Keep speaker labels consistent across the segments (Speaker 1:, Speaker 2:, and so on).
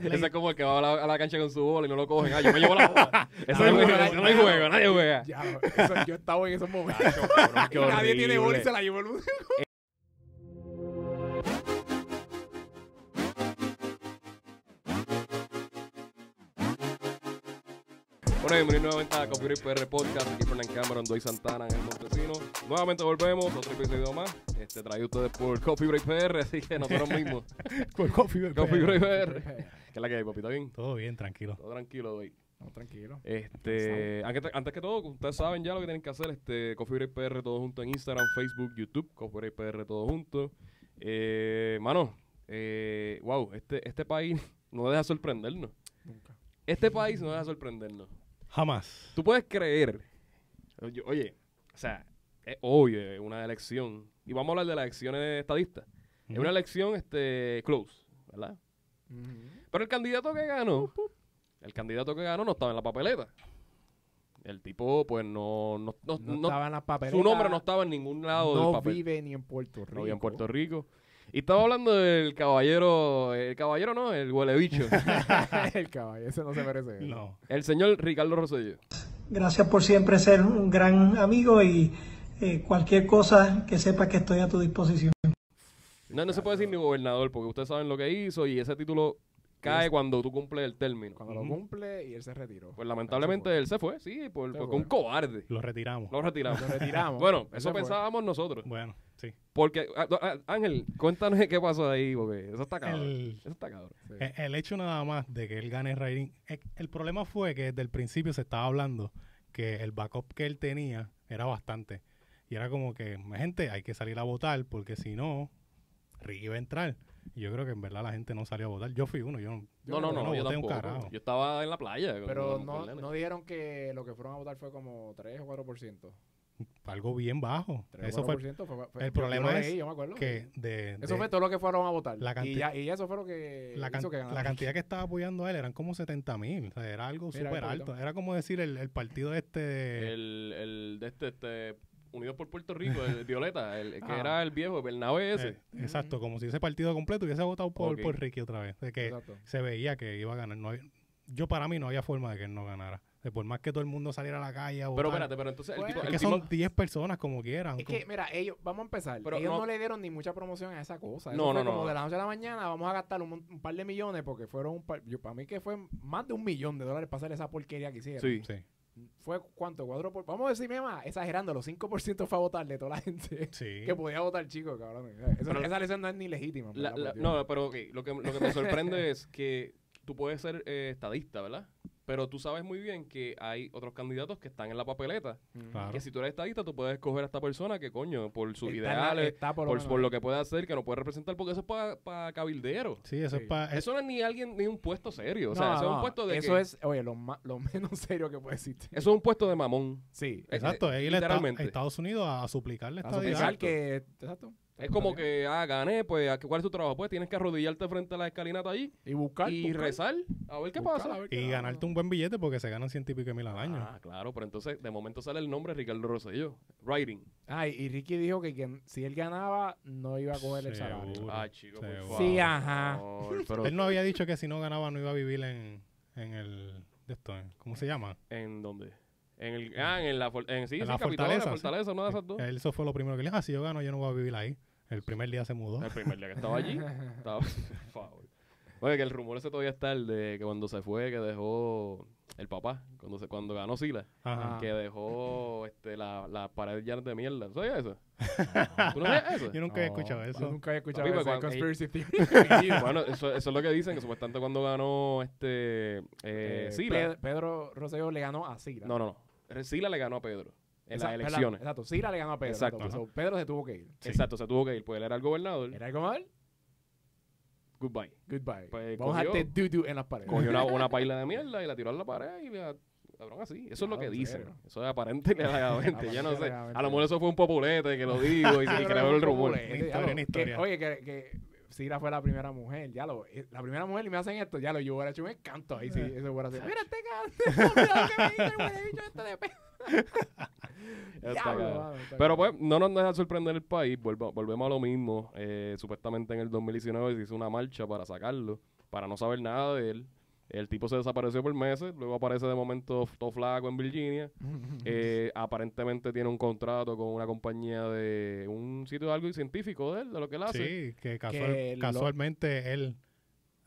Speaker 1: Ese es como el que va a la, a la cancha con su bola y no lo cogen. Ah, yo me llevo la bola. Eso
Speaker 2: Nadie
Speaker 1: no,
Speaker 2: juega,
Speaker 1: eso no hay juego, nadie juega.
Speaker 2: Ya, eso- yo estaba en esos momentos.
Speaker 1: Cacho, cabrón, qué
Speaker 2: Nadie tiene bola y
Speaker 1: horrible.
Speaker 2: se la llevó el mundo.
Speaker 1: Bueno, bienvenidos nuevamente a Copyright PR Podcast. Aquí Fernán Cameron, Doy Santana en el Montesino. Nuevamente volvemos, otro episodio más. Este traído ustedes por Copyright PR, así que nosotros mismos.
Speaker 3: Con coffee, bebé.
Speaker 1: Copyright PR. ¿Qué es la que hay, papi? ¿Está bien?
Speaker 3: Todo bien, tranquilo.
Speaker 1: Todo tranquilo, Doy.
Speaker 2: No, tranquilo.
Speaker 1: Este, antes, antes que todo, ustedes saben ya lo que tienen que hacer, este, Coffee Break PR todo junto en Instagram, Facebook, YouTube, Coffee Break PR todo junto. Eh, mano, eh, wow, este, este país no deja sorprendernos.
Speaker 2: Nunca.
Speaker 1: Este país no deja sorprendernos.
Speaker 3: Jamás.
Speaker 1: Tú puedes creer, oye, oye, o sea, es obvio, es una elección, y vamos a hablar de las elecciones estadistas. Es
Speaker 3: Ujú.
Speaker 1: una elección, este, close, ¿verdad? Pero el candidato que ganó, el candidato que ganó no estaba en la papeleta. El tipo, pues, no, no, no-
Speaker 2: No,
Speaker 1: no-
Speaker 2: estaba en las papeletas.
Speaker 1: su nombre no estaba en ningún lado
Speaker 2: No
Speaker 1: del papel.
Speaker 2: vive ni en Puerto Rico.
Speaker 1: No vive en Puerto Rico. Y estaba hablando del caballero, el caballero no, el huelebicho.
Speaker 2: el caballo, ese no se merece. eso.
Speaker 3: No.
Speaker 1: el señor Ricardo Rosselló.
Speaker 4: Gracias por siempre ser un gran amigo y eh, cualquier cosa que sepas que estoy a tu disposición.
Speaker 1: No, no se puede decir ni gobernador, porque ustedes saben lo que hizo y ese título cae cuando tú cumples el término.
Speaker 2: Cuando lo
Speaker 3: Ujú.
Speaker 2: cumple y él se retiró.
Speaker 1: Pues lamentablemente él se fue, sí, por,
Speaker 2: Se
Speaker 1: porque
Speaker 2: fue.
Speaker 1: un cobarde.
Speaker 3: Lo retiramos.
Speaker 1: Lo retiramos.
Speaker 2: Lo retiramos.
Speaker 1: Bueno,
Speaker 2: Él se
Speaker 1: eso
Speaker 2: fue.
Speaker 1: pensábamos nosotros.
Speaker 3: Bueno, sí.
Speaker 1: Porque, ah, ah, Ángel, cuéntanos qué pasó ahí, porque eso está cabrón.
Speaker 3: El-
Speaker 1: Eso está cabrón.
Speaker 2: Sí.
Speaker 3: E- El hecho nada más de que él gane el rating. e- El problema fue que desde el principio se estaba hablando que el backup que él tenía era bastante. Y era como que, gente, hay que salir a votar porque si no, Ricky va a entrar. Y yo creo que en verdad la gente no salió a votar. Yo fui uno, yo no.
Speaker 2: Yo
Speaker 1: No, no,
Speaker 2: creo
Speaker 1: no,
Speaker 3: que
Speaker 1: yo
Speaker 3: no voté un
Speaker 1: tampoco.
Speaker 3: carajo.
Speaker 1: Yo estaba en la playa. con
Speaker 2: Pero
Speaker 1: los
Speaker 2: no,
Speaker 1: nenes.
Speaker 2: no dijeron que lo que fueron a votar fue como 3 o 4%.
Speaker 3: Algo bien bajo.
Speaker 2: 3
Speaker 3: Eso
Speaker 2: o
Speaker 3: fue
Speaker 2: 4% fue, fue-
Speaker 3: el
Speaker 2: yo- yo
Speaker 3: problema
Speaker 2: lo
Speaker 3: es
Speaker 2: leí, yo me acuerdo.
Speaker 3: que de,
Speaker 2: eso
Speaker 3: de-
Speaker 2: fue todo lo que fueron a votar.
Speaker 3: La
Speaker 2: y,
Speaker 3: canti-
Speaker 2: ya, y ya eso fue lo que
Speaker 3: la, can-
Speaker 2: hizo que ganara.
Speaker 3: la cantidad que estaba apoyando a él eran como 70 mil. era algo
Speaker 2: Mira,
Speaker 3: súper
Speaker 2: un poquito.
Speaker 3: alto. Era como decir el, el partido este de-
Speaker 1: El, el de este, este, Unidos por Puerto Rico, el Violeta, el, el que
Speaker 2: Ah.
Speaker 1: era el viejo, Bernabé ese.
Speaker 3: Eh, exacto, como si ese partido completo hubiese votado por,
Speaker 1: Ok.
Speaker 3: por Ricky otra vez. De que
Speaker 2: Exacto.
Speaker 3: se veía que iba a ganar. No había- yo para mí no había forma de que él no ganara. De por más que todo el mundo saliera a la calle a
Speaker 1: pero
Speaker 3: votar.
Speaker 1: espérate, pero entonces el
Speaker 2: Bueno.
Speaker 1: tipo.
Speaker 3: es
Speaker 1: el
Speaker 3: que
Speaker 1: tipo-
Speaker 3: son 10 personas como quieran.
Speaker 2: Es que, mira, ellos, vamos a empezar.
Speaker 1: Pero
Speaker 2: ellos
Speaker 1: no-
Speaker 2: no, le dieron ni mucha promoción a esa cosa.
Speaker 1: No, no,
Speaker 2: no, no,
Speaker 1: no,
Speaker 2: Como
Speaker 1: no.
Speaker 2: de las 11 de la mañana vamos a gastar un, mon- un par de millones porque fueron un par. Yo, para mí que fue más de un millón de dólares pasar esa porquería que hicieron.
Speaker 1: sí.
Speaker 3: como- sí,
Speaker 2: Fue cuánto, cuatro por. Vamos a decirme más, exagerando, los 5% fue a votar de toda la gente
Speaker 3: sí.
Speaker 2: que podía votar, chicos, cabrón. Eso-
Speaker 1: Pero-
Speaker 2: esa elección no es ni legítima. en
Speaker 1: La-
Speaker 2: verdad, pues,
Speaker 1: la-
Speaker 2: por Dios.
Speaker 1: no, pero ok, lo, que, lo que me sorprende es que tú puedes ser eh, estadista, ¿verdad? Pero tú sabes muy bien que hay otros candidatos que están en la papeleta.
Speaker 2: Ujú.
Speaker 3: Claro.
Speaker 1: Que si tú eres estadista, tú puedes escoger a esta persona que, coño, por sus
Speaker 2: Está en la-
Speaker 1: ideales,
Speaker 2: está por lo
Speaker 1: por,
Speaker 2: menos
Speaker 1: por lo
Speaker 2: ahí.
Speaker 1: que puede hacer, que no puede representar, porque eso es para pa cabildero.
Speaker 3: Sí, eso
Speaker 2: Sí.
Speaker 3: es para.
Speaker 1: Eso no es ni alguien, ni un puesto serio. O sea,
Speaker 2: No,
Speaker 1: eso es un
Speaker 2: no,
Speaker 1: puesto de.
Speaker 2: Eso
Speaker 1: que-
Speaker 2: es, oye, lo, ma- lo menos serio que puede existir.
Speaker 1: eso es un puesto de mamón.
Speaker 2: Sí.
Speaker 1: eh,
Speaker 3: exacto,
Speaker 1: eh,
Speaker 3: es ir a Esta-
Speaker 1: literalmente.
Speaker 3: a Estados Unidos a suplicarle
Speaker 2: A
Speaker 3: esta
Speaker 2: suplicar que. Exacto.
Speaker 1: Es como que, ah, gané, pues, ¿a qué- ¿cuál es tu trabajo? Pues tienes que arrodillarte frente a la escalinata allí
Speaker 2: Y buscar.
Speaker 1: y
Speaker 2: buscar,
Speaker 1: rezar, a ver qué
Speaker 2: buscar,
Speaker 1: pasa.
Speaker 2: a ver qué
Speaker 3: Y
Speaker 2: da.
Speaker 3: ganarte un buen billete porque se ganan ciento y pico mil al año.
Speaker 1: Ah, claro, pero entonces de momento sale el nombre de Ricardo Rosselló. Writing.
Speaker 2: Ah, y Ricky dijo que quien- si él ganaba, no iba a coger el salario.
Speaker 3: Seguro.
Speaker 1: Ah, chico, por
Speaker 3: Seguro.
Speaker 1: favor.
Speaker 2: Sí, ajá.
Speaker 1: Pero
Speaker 3: Él no había dicho que si no ganaba no iba a vivir en, en el. De esto, ¿eh? ¿Cómo se llama?
Speaker 1: ¿En dónde? En el, ah, en la, for- en, sí,
Speaker 3: En
Speaker 1: sí,
Speaker 3: la
Speaker 1: Capitol, en la
Speaker 3: fortaleza,
Speaker 1: fortaleza, una de esas dos.
Speaker 3: Él, eso fue lo primero que le dijo. Ah, si yo gano, yo no voy a vivir ahí. El primer día se mudó.
Speaker 1: El primer día que estaba allí. estaba- por favor. Oye, que el rumor ese todavía está, el de que cuando se fue, que dejó el papá, cuando se cuando ganó Sila,
Speaker 2: Ah.
Speaker 3: Ajá.
Speaker 1: que dejó este, la, la pared llena de mierda. ¿Sabías eso? ¿Tú ah, no sabías eso?
Speaker 3: Yo nunca había escuchado
Speaker 2: No,
Speaker 3: eso.
Speaker 2: Yo nunca había escuchado
Speaker 1: Papi,
Speaker 2: eso.
Speaker 1: pues,
Speaker 2: de
Speaker 1: cuando-
Speaker 2: conspiracy theory.
Speaker 1: bueno, eso, eso es lo que dicen, que supuestamente cuando ganó este eh,
Speaker 2: Eh,
Speaker 1: Sila.
Speaker 2: Pe- Pedro Roselló le ganó a Sila.
Speaker 1: No, no, no. Sila le ganó a Pedro en
Speaker 2: Esa-
Speaker 1: las
Speaker 2: pero
Speaker 1: elecciones.
Speaker 2: Exacto, Sila le ganó a Pedro.
Speaker 1: Exacto,
Speaker 2: entonces, so, Pedro se tuvo que ir.
Speaker 3: sí.
Speaker 1: Exacto, se tuvo que ir, pues él era el gobernador.
Speaker 2: Era como él.
Speaker 1: Goodbye.
Speaker 2: Goodbye.
Speaker 1: Pues,
Speaker 2: Vamos
Speaker 1: cogió-
Speaker 2: a dejarte doo-doo en las paredes.
Speaker 1: Cogió una, una paila de mierda y la tiró a la pared y la cabrón así. Eso es lo
Speaker 2: Claro,
Speaker 1: que
Speaker 2: en
Speaker 1: dicen.
Speaker 2: serio.
Speaker 1: Eso es aparente y alegadamente. ya no sé.
Speaker 2: Ah, Aparente y
Speaker 1: A lo mejor eso fue un populete que lo digo y se y creó el rumor.
Speaker 2: Una
Speaker 3: Una historia, una historia.
Speaker 2: oye, Este, que, que Sira fue la primera mujer, ya lo, eh, la primera mujer y me hacen esto, ya lo, yo hubiera hecho un encanto ahí, sí, eso hubiera sido. Mira este canto, mira lo que me hizo el huelebicho este de pe-
Speaker 1: Está
Speaker 2: diablo,
Speaker 1: cabrón.
Speaker 2: mano, está
Speaker 1: Pero
Speaker 2: cabrón.
Speaker 1: pues no nos deja sorprender el país. Vuelva- volvemos a lo mismo. Eh, supuestamente en el 2019 se hizo una marcha para sacarlo. para no saber nada de él. El tipo se desapareció por meses, luego aparece de momento todo flaco en Virginia. Eh, aparentemente tiene un contrato con una compañía de un sitio de algo científico de él, de lo Ah, que él hace.
Speaker 3: Sí, que, casual-
Speaker 2: Que lo-
Speaker 3: casualmente él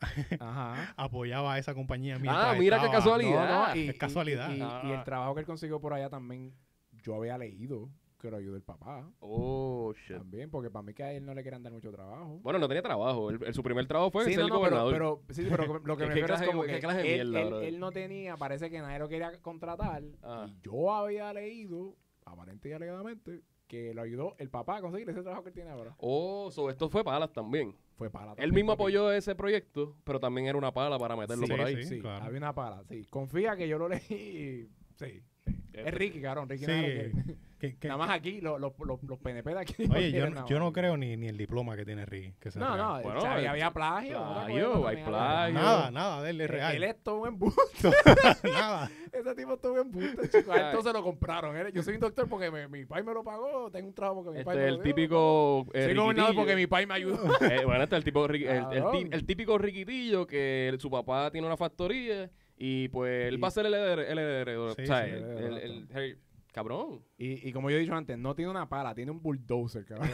Speaker 2: Ajá.
Speaker 3: apoyaba a esa compañía.
Speaker 1: Ah,
Speaker 3: mientras
Speaker 1: mira qué
Speaker 3: estaba.
Speaker 1: casualidad.
Speaker 3: es casualidad.
Speaker 2: Y, y- y el
Speaker 1: Ah.
Speaker 2: trabajo que él consiguió por allá también, yo había leído que lo ayudó el papá.
Speaker 1: Oh, shit.
Speaker 2: También, porque para mí que a él no le querían dar mucho trabajo.
Speaker 1: Bueno, no tenía trabajo. El, el- su primer trabajo fue
Speaker 2: Sí,
Speaker 1: ser
Speaker 2: no,
Speaker 1: el
Speaker 2: no, pero,
Speaker 1: gobernador.
Speaker 2: pero, sí, pero lo que
Speaker 1: ¿Qué-
Speaker 2: me
Speaker 1: qué
Speaker 2: refiero es
Speaker 1: clase de-
Speaker 2: como
Speaker 1: qué
Speaker 2: que
Speaker 1: clase de
Speaker 2: él,
Speaker 1: mierda,
Speaker 2: él-
Speaker 1: brother?
Speaker 2: él no tenía, parece que nadie lo quería contratar.
Speaker 1: Ah.
Speaker 2: Y yo había leído, aparente y alegadamente, que lo ayudó el papá a conseguir ese trabajo que él tiene ahora.
Speaker 1: Oh, so esto fue palas también.
Speaker 2: Fue para
Speaker 1: Él mismo apoyó ese proyecto, pero también era una pala para meterlo
Speaker 3: Sí,
Speaker 1: por ahí.
Speaker 3: sí.
Speaker 2: Sí,
Speaker 3: claro.
Speaker 2: había una para, sí. Confía que yo lo leí. y- Sí.
Speaker 1: Este,
Speaker 2: Es Ricky, cabrón. Ricky
Speaker 3: Sí,
Speaker 2: Navarro, que-
Speaker 3: que- que-
Speaker 2: Nada más aquí, los, los, los, los PNP de aquí.
Speaker 3: Oye, yo,
Speaker 2: quieren
Speaker 3: no-
Speaker 2: nada
Speaker 3: yo
Speaker 2: más.
Speaker 3: no creo ni, ni el diploma que tiene Ricky. Que se
Speaker 2: No,
Speaker 3: real.
Speaker 2: no,
Speaker 1: Bueno,
Speaker 2: o sea,
Speaker 1: el-
Speaker 2: había, había plagio. otra
Speaker 1: plagio,
Speaker 2: cosa
Speaker 1: hay
Speaker 2: también había.
Speaker 1: plagio.
Speaker 3: Nada, nada de él es
Speaker 2: Él-
Speaker 3: real.
Speaker 2: Él es todo un embuste.
Speaker 3: nada.
Speaker 2: Ese tipo estuvo en embuste, chico.
Speaker 1: Ay.
Speaker 2: A esto se lo compraron. Él- Yo soy un doctor porque me- mi pai me lo pagó. Tengo un trabajo porque mi
Speaker 1: Este
Speaker 2: pai
Speaker 1: es
Speaker 2: me
Speaker 1: el
Speaker 2: lo dio.
Speaker 1: típico. eh,
Speaker 2: Soy gobernador
Speaker 1: riquitillo.
Speaker 2: porque mi pai me ayudó.
Speaker 1: Eh, bueno, este es el tipo riqui- el, el ti-
Speaker 2: Cabrón.
Speaker 1: el típico riquitillo que el- su papá tiene una factoría y pues él
Speaker 2: Y-
Speaker 1: va a ser el heredero. el heredero,
Speaker 3: Sí,
Speaker 1: o sea,
Speaker 3: sí,
Speaker 1: el-
Speaker 2: el
Speaker 1: el-
Speaker 2: heredero.
Speaker 1: el- el- cabrón.
Speaker 2: Y, y como yo he dicho antes, no tiene una pala, tiene un bulldozer, cabrón.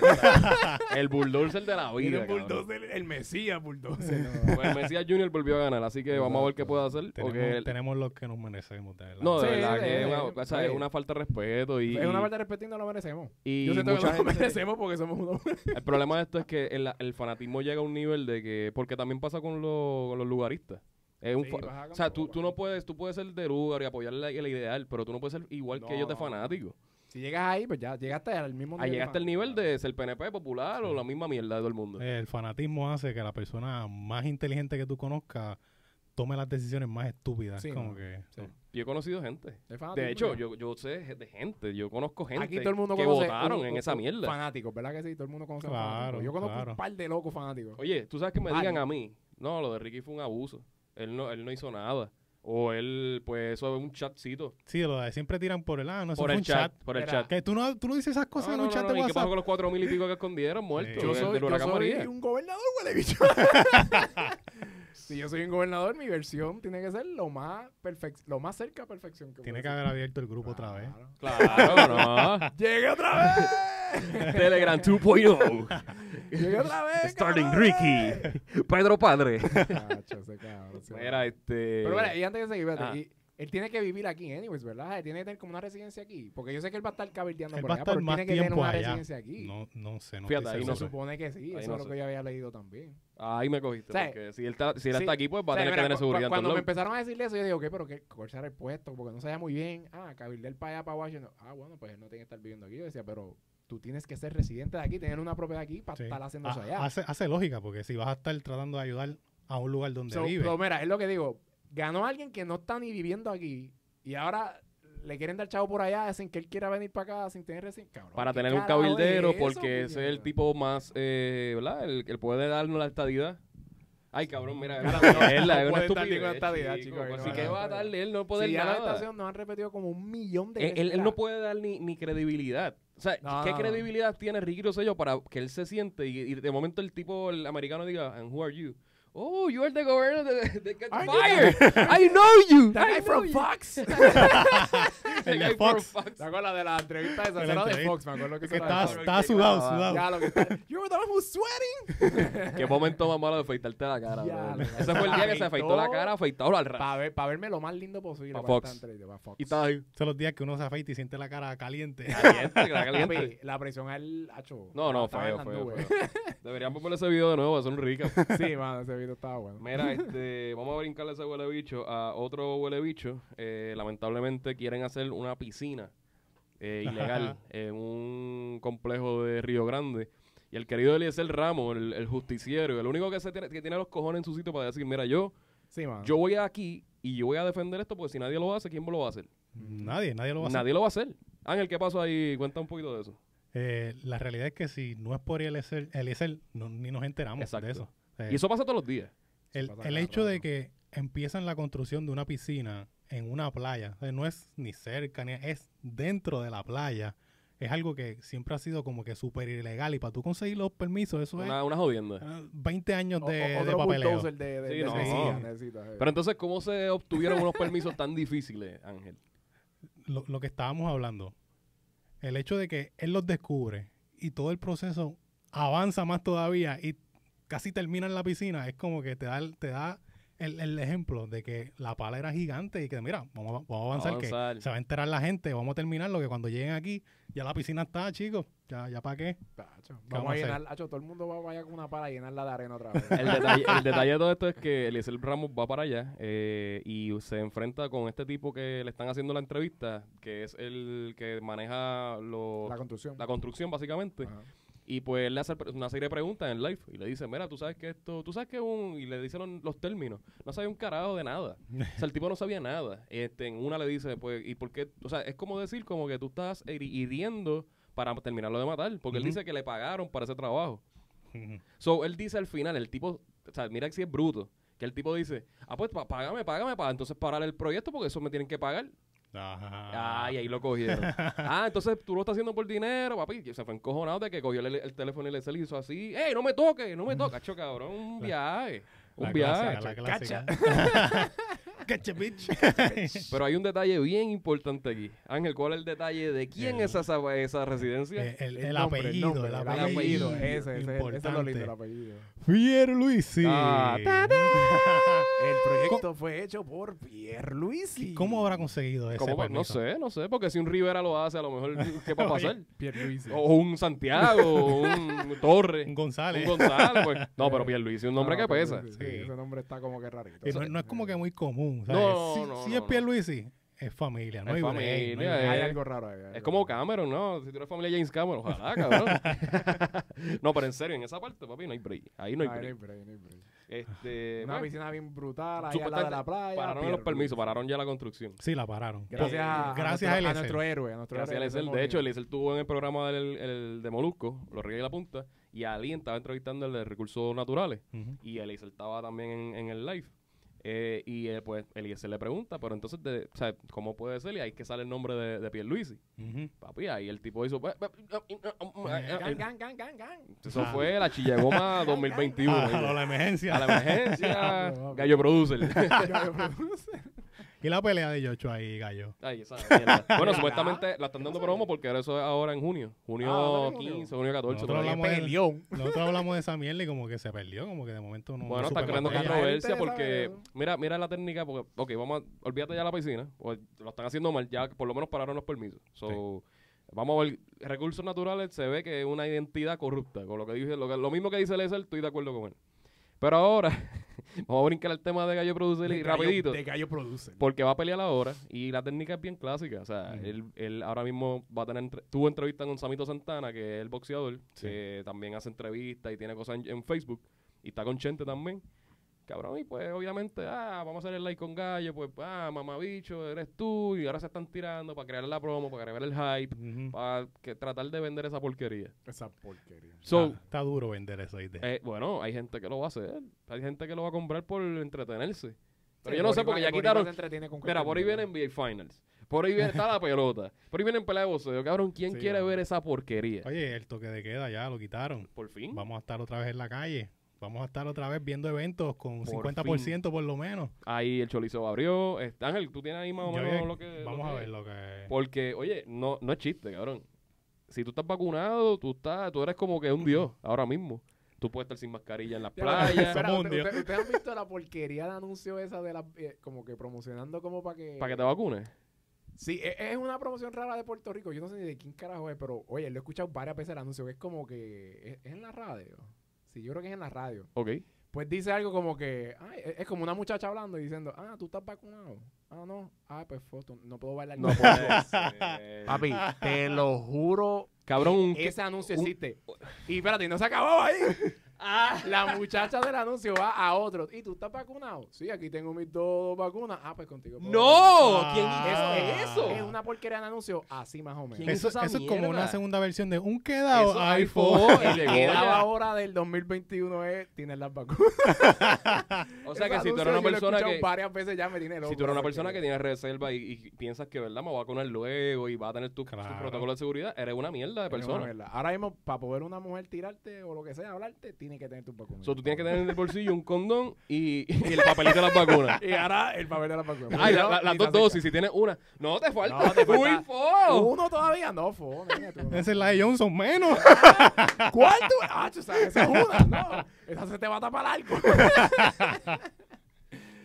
Speaker 1: El bulldozer de la
Speaker 2: tiene
Speaker 1: vida.
Speaker 2: un
Speaker 1: cabrón.
Speaker 2: bulldozer, el Mesías bulldozer.
Speaker 1: Pues Mesías Junior volvió a ganar, así que vamos a ver qué puede hacer.
Speaker 3: Tenemos,
Speaker 1: Porque él-
Speaker 3: tenemos los que nos merecemos, de verdad.
Speaker 1: no, de
Speaker 2: Sí,
Speaker 1: verdad
Speaker 2: sí,
Speaker 1: que es
Speaker 2: sí,
Speaker 1: una,
Speaker 2: sí.
Speaker 1: o sea, es una falta de respeto. Y,
Speaker 2: es una
Speaker 1: y-
Speaker 2: falta de respeto y no lo merecemos.
Speaker 1: y
Speaker 2: yo siento que
Speaker 1: mucha
Speaker 2: no lo
Speaker 1: gente-
Speaker 2: merecemos porque somos unos...
Speaker 1: El problema de esto es que el, el fanatismo llega a un nivel de que. Porque también pasa con, los- con los lugaristas. Es un
Speaker 2: Sí,
Speaker 1: fa-
Speaker 2: pasa con
Speaker 1: o sea, tú,
Speaker 2: todo,
Speaker 1: tú no puedes, tú puedes ser de lugar y apoyar la- el ideal, pero tú no puedes ser igual que
Speaker 2: No,
Speaker 1: ellos de
Speaker 2: no.
Speaker 1: fanático.
Speaker 2: si llegas ahí, pues ya llegaste al mismo
Speaker 1: Ahí Ah, llegaste al
Speaker 2: de-
Speaker 1: nivel de ser PNP popular o la misma mierda de todo el mundo.
Speaker 3: El fanatismo hace que la persona más inteligente que tú conozcas tome las decisiones más estúpidas.
Speaker 2: Sí,
Speaker 3: como
Speaker 2: ¿no?
Speaker 3: que, oh.
Speaker 2: Sí.
Speaker 1: Yo he conocido gente.
Speaker 2: Es fanatismo,
Speaker 1: De hecho,
Speaker 2: Ah, ya.
Speaker 1: yo, yo sé de gente, yo conozco gente
Speaker 2: Aquí todo el mundo
Speaker 1: que
Speaker 2: conoce
Speaker 1: votaron
Speaker 2: un-
Speaker 1: en
Speaker 2: un-
Speaker 1: esa
Speaker 2: un
Speaker 1: mierda.
Speaker 2: Fanáticos, ¿verdad que sí? Todo el mundo conoce a un
Speaker 3: Claro,
Speaker 2: fanático. Yo conozco
Speaker 3: claro.
Speaker 2: un par de locos fanáticos.
Speaker 1: Oye, tú sabes que me
Speaker 2: Varios.
Speaker 1: digan a mí, no, lo de Ricky fue un abuso. Él no, él no hizo nada. O él, pues, eso es un chatcito.
Speaker 3: sí, lo de siempre tiran por el... Ah, no, eso
Speaker 1: Por
Speaker 3: fue
Speaker 1: el
Speaker 3: un chat.
Speaker 1: chat, por el
Speaker 2: Mira,
Speaker 1: chat.
Speaker 3: Que tú no, tú no dices esas cosas
Speaker 1: No,
Speaker 3: en
Speaker 1: no,
Speaker 3: un
Speaker 1: no,
Speaker 3: chat
Speaker 1: no,
Speaker 3: de
Speaker 1: ¿y qué
Speaker 3: WhatsApp.
Speaker 1: pasó con los cuatro mil y pico que escondieron muertos?
Speaker 3: Yo
Speaker 1: del-
Speaker 2: soy,
Speaker 1: del huracán
Speaker 2: soy
Speaker 1: María.
Speaker 2: un gobernador, huele bicho. si yo soy un gobernador, mi versión tiene que ser lo más perfec lo más cerca a perfección que
Speaker 3: Tiene que
Speaker 2: pueda
Speaker 3: haber abierto el grupo
Speaker 2: ser.
Speaker 3: otra vez.
Speaker 2: Claro.
Speaker 1: Claro, no.
Speaker 2: ¡Llegué otra vez!
Speaker 1: Telegram
Speaker 2: oh,
Speaker 1: 2.0.
Speaker 2: ¡Llegué otra vez!
Speaker 1: Starting
Speaker 2: cabrón!
Speaker 1: Ricky. Pedro Padre.
Speaker 2: Cacho, ese cabrón, sí.
Speaker 1: Mira, este.
Speaker 2: Pero mira, y antes de seguir,
Speaker 1: ah.
Speaker 2: espérate, y él tiene que vivir aquí, anyways, ¿verdad? Él tiene que tener como una residencia aquí. Porque yo sé que él va a estar cabildeando
Speaker 3: Él
Speaker 2: por
Speaker 3: va a
Speaker 2: allá,
Speaker 3: estar
Speaker 2: pero él
Speaker 3: más
Speaker 2: tiene que tener
Speaker 3: tiempo
Speaker 2: una
Speaker 3: allá.
Speaker 2: residencia aquí.
Speaker 3: No, no sé, no
Speaker 1: Fíjate,
Speaker 3: estoy
Speaker 1: ahí no
Speaker 2: Se
Speaker 3: seguro.
Speaker 2: supone que sí,
Speaker 1: Ahí
Speaker 2: eso
Speaker 1: no
Speaker 2: es lo
Speaker 1: sé.
Speaker 2: que yo había leído también.
Speaker 1: Ahí me cogiste.
Speaker 2: O sea,
Speaker 1: porque si él está, si él está
Speaker 2: sí.
Speaker 1: aquí, pues va
Speaker 2: O
Speaker 1: a
Speaker 2: sea,
Speaker 1: tener que
Speaker 2: mira,
Speaker 1: tener
Speaker 2: cu-
Speaker 1: seguridad. en
Speaker 2: Cuando
Speaker 1: todos
Speaker 2: me
Speaker 1: lados.
Speaker 2: empezaron a decir eso, yo digo, ok, pero que cortar el puesto, porque no sabía muy bien. Ah, cabildear para allá, para Washington. Ah, bueno, pues él no tiene que estar viviendo aquí. Yo decía, pero tú tienes que ser residente de aquí, tener una propiedad aquí para
Speaker 3: Sí. Ah,
Speaker 2: estar haciendo eso
Speaker 3: Ha-
Speaker 2: allá.
Speaker 3: Hace, hace lógica, porque si vas a estar tratando de ayudar a un lugar donde
Speaker 2: So,
Speaker 3: vive,
Speaker 2: pero mira, es lo que digo. Ganó alguien que no está ni viviendo aquí y ahora le quieren dar chavo por allá sin que él quiera venir para acá, sin tener residencia. Cabrón,
Speaker 1: Para
Speaker 2: ¿qué
Speaker 1: tener un
Speaker 2: carajo es
Speaker 1: cabildero,
Speaker 2: eso,
Speaker 1: porque ese es el
Speaker 2: puñeta?
Speaker 1: tipo más. Eh, ¿Verdad? El que puede darnos la estadidad. Ay, cabrón, mira.
Speaker 2: Claro,
Speaker 1: mira,
Speaker 2: no,
Speaker 1: mierda,
Speaker 2: no
Speaker 1: es una
Speaker 2: puede dar
Speaker 1: estupidez,
Speaker 2: ninguna estadidad,
Speaker 1: chico,
Speaker 2: chico, ahí no
Speaker 1: Así
Speaker 3: hay
Speaker 1: que
Speaker 3: nada.
Speaker 1: va a darle él no puede
Speaker 2: Si ya
Speaker 1: dar
Speaker 2: la
Speaker 1: nada.
Speaker 2: estación nos han repetido como un millón de
Speaker 1: Él,
Speaker 2: veces.
Speaker 1: él- él
Speaker 2: ya.
Speaker 1: no puede dar ni, ni credibilidad. O sea,
Speaker 2: No,
Speaker 1: ¿qué
Speaker 2: no, no.
Speaker 1: credibilidad tiene Ricky Rosselló para que él se siente y, y de momento el tipo, el americano diga, and who are you? Oh, you are the governor that, that got
Speaker 2: Are you-
Speaker 1: fired. I know you.
Speaker 2: That
Speaker 1: I
Speaker 2: guy
Speaker 1: know
Speaker 2: from
Speaker 1: you.
Speaker 2: Fox.
Speaker 1: That
Speaker 3: el de
Speaker 1: guy from
Speaker 3: Fox,
Speaker 1: Fox.
Speaker 2: ¿Te acuerdas de la entrevista esa?
Speaker 3: De la
Speaker 2: Era de
Speaker 3: entrevista.
Speaker 2: Fox, me acuerdo que
Speaker 3: que
Speaker 2: era de
Speaker 3: está,
Speaker 1: cabrón,
Speaker 3: está
Speaker 1: qué
Speaker 3: sudado,
Speaker 1: clavada.
Speaker 3: sudado.
Speaker 2: Ya, lo que está. You were the one who's sweating.
Speaker 1: Qué momento más malo de afeitarte la cara.
Speaker 2: Ya,
Speaker 1: brother.
Speaker 2: lo-
Speaker 1: Ese fue el día que se afeitó la cara, afeitado al ras.
Speaker 2: Para ver, pa' verme lo más lindo posible.
Speaker 1: Pa'
Speaker 2: para
Speaker 1: Fox.
Speaker 2: esta entrevista, pa' Fox.
Speaker 1: Y estaba ahí.
Speaker 3: Son los días que uno se afeita y siente la cara caliente.
Speaker 1: Caliente, que era
Speaker 2: Papi,
Speaker 1: caliente.
Speaker 2: la presión al hacho.
Speaker 1: No, no,
Speaker 2: estaba
Speaker 1: feo,
Speaker 2: en las
Speaker 1: feo,
Speaker 2: nubes.
Speaker 1: feo. Deberíamos poner ese video de nuevo, son ricas.
Speaker 2: Sí, mano, ese video estaba bueno.
Speaker 1: Mira, este, vamos a brincarle ese huele bicho a otro huele bicho. Eh, lamentablemente quieren hacer una piscina eh, ilegal en un complejo de Río Grande. Y el querido Eliezer Ramos, el, el justiciero, el único que, se tiene, que tiene los cojones en su sitio para decir, mira, yo,
Speaker 2: Sí,
Speaker 3: Ah.
Speaker 2: mano.
Speaker 1: yo voy aquí y yo voy a defender esto porque si nadie lo hace, ¿quién lo va a hacer?
Speaker 3: Nadie, nadie lo va a hacer.
Speaker 1: Nadie lo va a hacer. Ah, Ángel, ¿qué pasó ahí? Cuenta un poquito de eso.
Speaker 3: Eh, la realidad es que si no es por Eliezer, Eliezer no- ni nos enteramos
Speaker 1: Exacto.
Speaker 3: de eso. Eh,
Speaker 1: Y eso pasa todos los días.
Speaker 3: el
Speaker 2: pasa
Speaker 3: el
Speaker 2: cada
Speaker 3: hecho de
Speaker 2: rato.
Speaker 3: que empiezan la construcción de una piscina en una playa, o sea, no es ni cerca, ni es dentro de la playa, es algo que siempre ha sido como que súper ilegal y para tú conseguir los permisos, eso es
Speaker 1: Una, una jodienda.
Speaker 3: eh, 20 años
Speaker 2: O-
Speaker 3: de,
Speaker 2: o-
Speaker 3: de
Speaker 2: otro
Speaker 3: papeleo.
Speaker 2: bulldozer de, de,
Speaker 1: Sí,
Speaker 2: de-
Speaker 1: no.
Speaker 2: necesitas, necesitas, eh.
Speaker 1: Pero entonces, ¿cómo se obtuvieron unos permisos tan difíciles, Ángel?
Speaker 3: Lo, lo que estábamos hablando, el hecho de que él los descubre y todo el proceso avanza más todavía y casi termina en la piscina, es como que te da, el- te da el, el ejemplo de que la pala era gigante y que mira, vamos, a- vamos a avanzar,
Speaker 1: Avanzar.
Speaker 3: que se va a enterar la gente, vamos a terminar lo que cuando lleguen aquí, ya la piscina está, chicos, ya, ya para qué.
Speaker 2: Tacho,
Speaker 3: vamos
Speaker 2: vamos
Speaker 3: a
Speaker 2: a
Speaker 3: hacer?
Speaker 2: llenar, acho, todo el mundo va vaya con una pala a llenarla de arena otra vez.
Speaker 1: El detalle, el detalle de todo esto es que Eliezer Ramos va para allá eh, y se enfrenta con este tipo que le están haciendo la entrevista, que es el que maneja los-
Speaker 2: la Ah. construcción.
Speaker 1: la construcción, básicamente.
Speaker 2: Ajá.
Speaker 1: Y pues él le hace pre- una serie de preguntas en live y le dice, mira, tú sabes que esto, tú sabes que un... Y le dicen los, los términos. No sabía un carajo de nada. O sea, el tipo no sabía nada. Este, en una le dice, pues, ¿y por qué? O sea, es como decir como que tú estás hiri- hiriendo para terminarlo de matar. Porque él
Speaker 3: Ujú.
Speaker 1: dice que le pagaron para ese trabajo. So, él dice al final, el tipo, o sea, mira que si es bruto. Que el tipo dice, ah, pues, pa- págame, págame para entonces parar el proyecto porque eso me tienen que pagar.
Speaker 3: Ajá.
Speaker 1: Ay, ahí lo cogieron. ah, entonces tú lo estás haciendo por dinero, papi. Y Se fue encojonado de que cogió el, el teléfono y le le hizo así. ¡Ey, no me toques! ¡No me toques! Cacho, cabrón, un viaje. Un
Speaker 3: La
Speaker 1: viaje.
Speaker 3: clásica, la clásica. Cacha, bitch.
Speaker 1: Pero hay un detalle bien importante aquí. Ángel, ¿cuál es el detalle de quién
Speaker 3: El-
Speaker 1: es esa, esa residencia?
Speaker 3: Eh, El, el
Speaker 2: nombre,
Speaker 3: apellido,
Speaker 2: nombre,
Speaker 3: el
Speaker 2: el
Speaker 3: apellido.
Speaker 2: apellido, Ese, ese, ese es lo lindo, el
Speaker 3: importante.
Speaker 2: apellido.
Speaker 3: Pierluisi.
Speaker 1: Ah,
Speaker 2: El proyecto fue hecho por Pierluisi.
Speaker 3: ¿Cómo habrá conseguido ese
Speaker 1: ¿Cómo va- No
Speaker 3: permiso?
Speaker 1: sé, no sé, porque si un Rivera lo hace, a lo mejor, ¿qué va a pasar? Oh,
Speaker 2: Pierluisi.
Speaker 1: O un Santiago, o un Torres,
Speaker 3: Un
Speaker 1: un
Speaker 3: González. Eh,
Speaker 1: González. pues. No, pero Pierluisi es un
Speaker 3: Ah,
Speaker 1: nombre
Speaker 2: No,
Speaker 1: que pesa.
Speaker 2: Pierluisi,
Speaker 3: Sí.
Speaker 2: Ese nombre está como que rarito.
Speaker 3: Y no, no es como que muy común. ¿sabes?
Speaker 1: No,
Speaker 3: si,
Speaker 1: no,
Speaker 3: si
Speaker 1: no,
Speaker 3: es
Speaker 1: no.
Speaker 3: Pierluisi, es familia. No
Speaker 1: Es
Speaker 3: hay break,
Speaker 1: familia,
Speaker 3: no hay break.
Speaker 2: Hay
Speaker 1: eh,
Speaker 2: algo raro ahí. hay
Speaker 1: Es
Speaker 2: algo
Speaker 1: como ah,
Speaker 2: raro.
Speaker 1: Cameron, ¿no? Si tú eres familia de James Cameron, ojalá, cabrón. no, pero en serio, en esa parte, papi, no hay break. Ahí no hay
Speaker 2: Ay,
Speaker 1: break.
Speaker 2: break, no Ah, hay break.
Speaker 1: Este,
Speaker 2: Una
Speaker 1: bueno,
Speaker 2: piscina bien brutal, ahí al lado de la
Speaker 1: supuestamente
Speaker 2: playa.
Speaker 1: pararon los
Speaker 2: Pierluisi.
Speaker 1: permisos, pararon ya la construcción.
Speaker 3: Sí, la pararon.
Speaker 2: Gracias,
Speaker 3: Eh,
Speaker 2: a,
Speaker 3: gracias
Speaker 2: a, nuestro,
Speaker 3: a
Speaker 2: a
Speaker 3: Eliezer.
Speaker 2: nuestro héroe. A nuestro
Speaker 1: Gracias a
Speaker 2: héroe,
Speaker 1: Eliezer.
Speaker 2: Eliezer
Speaker 1: De hecho,
Speaker 2: Molina.
Speaker 1: Eliezer tuvo en el programa del, el de Molusco, Los Reyes de la Punta, y Ali estaba entrevistando el de Recursos Naturales.
Speaker 3: Ujú.
Speaker 1: y Eliezer estaba también en, en el live. Eh, y eh, pues Eliezer le pregunta, pero entonces, de, o sea, ¿cómo puede ser? Y ahí que sale el nombre de, de Pierluisi.
Speaker 3: Ujú.
Speaker 1: Papi, ahí el tipo hizo... pues, eh,
Speaker 2: Gan, gan, gan, gan, gan.
Speaker 1: Eso fue la chillagoma 2021.
Speaker 3: Ah,
Speaker 1: ahí,
Speaker 3: a la
Speaker 1: a la
Speaker 3: emergencia.
Speaker 1: emergencia,
Speaker 2: Ah,
Speaker 1: Gallo Producer.
Speaker 3: y la pelea de Yocho ahí, gallo.
Speaker 1: Ay, esa mierda. bueno, supuestamente la están dando promo porque ahora eso es ahora en junio. Junio
Speaker 2: Ah, ¿sale en junio?
Speaker 1: 15, junio 14. por
Speaker 3: Nosotros
Speaker 1: ahí.
Speaker 3: hablamos de-
Speaker 2: Peleón.
Speaker 3: Nosotros hablamos de esa mierda y como que se perdió, como que de momento no.
Speaker 1: Bueno,
Speaker 3: no
Speaker 1: está
Speaker 3: supe
Speaker 1: creando
Speaker 3: más de ella.
Speaker 1: controversia
Speaker 2: Gente,
Speaker 1: porque,
Speaker 2: ¿sabes?
Speaker 1: mira, mira la técnica, porque, ok, vamos a, olvídate ya la piscina, pues, lo están haciendo mal, ya por lo menos pararon los permisos. So, Vamos a ver, recursos naturales se ve que es una identidad corrupta, con lo que dice, lo, que- lo mismo que dice Lesser, estoy de acuerdo con él. Pero ahora, vamos a brincar el tema de Gallo Producer y
Speaker 2: De Gallo-
Speaker 1: rapidito,
Speaker 2: De Gallo Producer.
Speaker 1: porque va a pelear ahora y la técnica es bien clásica, o sea,
Speaker 3: Ujú.
Speaker 1: él, él ahora mismo va a tener, entre- tuvo entrevista con Samito Santana, que es el boxeador,
Speaker 3: Sí.
Speaker 1: que también hace entrevistas y tiene cosas en, en Facebook, y está con Chente también. Cabrón, y pues obviamente, ah, vamos a hacer el like con Gallo, pues, ah, mamabicho, eres tú, y ahora se están tirando para crear la promo, para crear el hype,
Speaker 3: Ujú.
Speaker 1: para que, tratar de vender esa porquería.
Speaker 2: Esa porquería.
Speaker 1: So,
Speaker 3: está, está duro vender eso, ¿viste?
Speaker 1: eh, bueno, hay gente que lo va a hacer, hay gente que lo va a comprar por entretenerse. Pero
Speaker 2: Sí,
Speaker 1: yo no sé,
Speaker 2: Boricua-
Speaker 1: porque ya
Speaker 2: Boricua
Speaker 1: quitaron,
Speaker 2: se entretiene con
Speaker 1: Mira,
Speaker 2: cualquier
Speaker 1: por ahí
Speaker 2: mierda.
Speaker 1: viene NBA Finals. Por ahí viene, está la pelota. Por ahí viene pelea de boxeo. Cabrón, ¿quién
Speaker 2: Sí,
Speaker 1: quiere
Speaker 2: cabrón.
Speaker 1: ver esa porquería?
Speaker 3: Oye, el toque de queda ya lo quitaron.
Speaker 1: Por fin.
Speaker 3: Vamos a estar otra vez en la calle. Vamos a estar otra vez viendo eventos con
Speaker 1: Por
Speaker 3: 50% por lo menos.
Speaker 1: Ahí el Cholizo abrió. Este, Ángel, tú tienes ahí más o
Speaker 3: Yo
Speaker 1: menos
Speaker 3: vi-
Speaker 1: lo que.
Speaker 3: vamos
Speaker 1: lo
Speaker 3: a
Speaker 1: que-
Speaker 3: ver lo que.
Speaker 1: Porque, oye, no, no es chiste, cabrón. Si tú estás vacunado, tú, estás, tú eres como que un dios ahora mismo. Tú puedes estar sin mascarilla en las
Speaker 2: Ya, pero,
Speaker 1: playas.
Speaker 2: espera,
Speaker 3: Somos
Speaker 2: usted-
Speaker 3: un dios.
Speaker 2: usted- ¿Ustedes han visto la porquería de anuncio esa de la, eh, como que promocionando como para que...
Speaker 1: para que te vacunes.
Speaker 2: Sí, e- es una promoción rara de Puerto Rico. Yo no sé ni de quién carajo es, pero oye, lo he escuchado varias veces el anuncio, que es como que... Es, es en la radio. Sí, yo creo que es en la radio.
Speaker 1: Ok.
Speaker 2: Pues dice algo como que... ay, e, es es como una muchacha hablando y diciendo, ah, tú estás vacunado. Ah, no. Ah, pues foto. No pues, puedo bailar.
Speaker 1: No puedes. eh,
Speaker 2: Papi, te lo juro
Speaker 1: Cabrón, un.
Speaker 2: Ese anuncio
Speaker 1: un-
Speaker 2: existe. Y espérate, no se acabó ahí. La muchacha del anuncio va a otros. ¿Y tú estás vacunado? Sí, aquí tengo mis dos vacunas. Ah, pues contigo. puedo
Speaker 5: ¡No!
Speaker 3: Ah.
Speaker 5: ¿Quién
Speaker 2: hablar.
Speaker 5: hizo eso?
Speaker 2: Es una porquería de anuncio, así más o menos.
Speaker 5: ¿Quién hizo
Speaker 3: Eso,
Speaker 5: esa
Speaker 3: eso es como una
Speaker 5: mierda?
Speaker 3: segunda versión de un quedado
Speaker 1: Eso
Speaker 3: iPhone.
Speaker 1: iPhone.
Speaker 2: El
Speaker 1: Llegó
Speaker 2: que daba
Speaker 1: ya.
Speaker 2: ahora del 2021 es tienes las vacunas.
Speaker 1: O sea
Speaker 2: Ese
Speaker 1: que si tú
Speaker 2: anuncio
Speaker 1: eres una
Speaker 2: yo lo he
Speaker 1: persona
Speaker 2: escuchado
Speaker 1: que...
Speaker 2: varias veces ya me tiene loco.
Speaker 1: Si tú eres una
Speaker 2: porque-
Speaker 1: persona que tiene reserva y, y piensas que, ¿verdad? Me voy a vacunar luego y va a tener tu, tu
Speaker 3: Claro.
Speaker 1: protocolo de seguridad, eres una mierda de
Speaker 2: Tenemos
Speaker 1: persona.
Speaker 2: una verdad. Ahora mismo, para poder una mujer tirarte o lo que sea, hablarte, tiene que tener tus vacunas.
Speaker 1: So, tú tienes que tener en el bolsillo un condón y, y el papelito de las vacunas.
Speaker 2: Y ahora el papel de la vacuna.
Speaker 1: Ay, la-
Speaker 2: Yo,
Speaker 1: la- las
Speaker 2: ni
Speaker 1: dos
Speaker 2: te
Speaker 1: dosis, si tienes una. No, te falta.
Speaker 2: No, te falta
Speaker 1: Uy, fo.
Speaker 2: Uno todavía no, fo. nene, tú no.
Speaker 3: Esa es la de Johnson menos.
Speaker 2: ¿Cuál tú? Ah, tú sabes, esa es una, no. Esa se te va a tapar algo.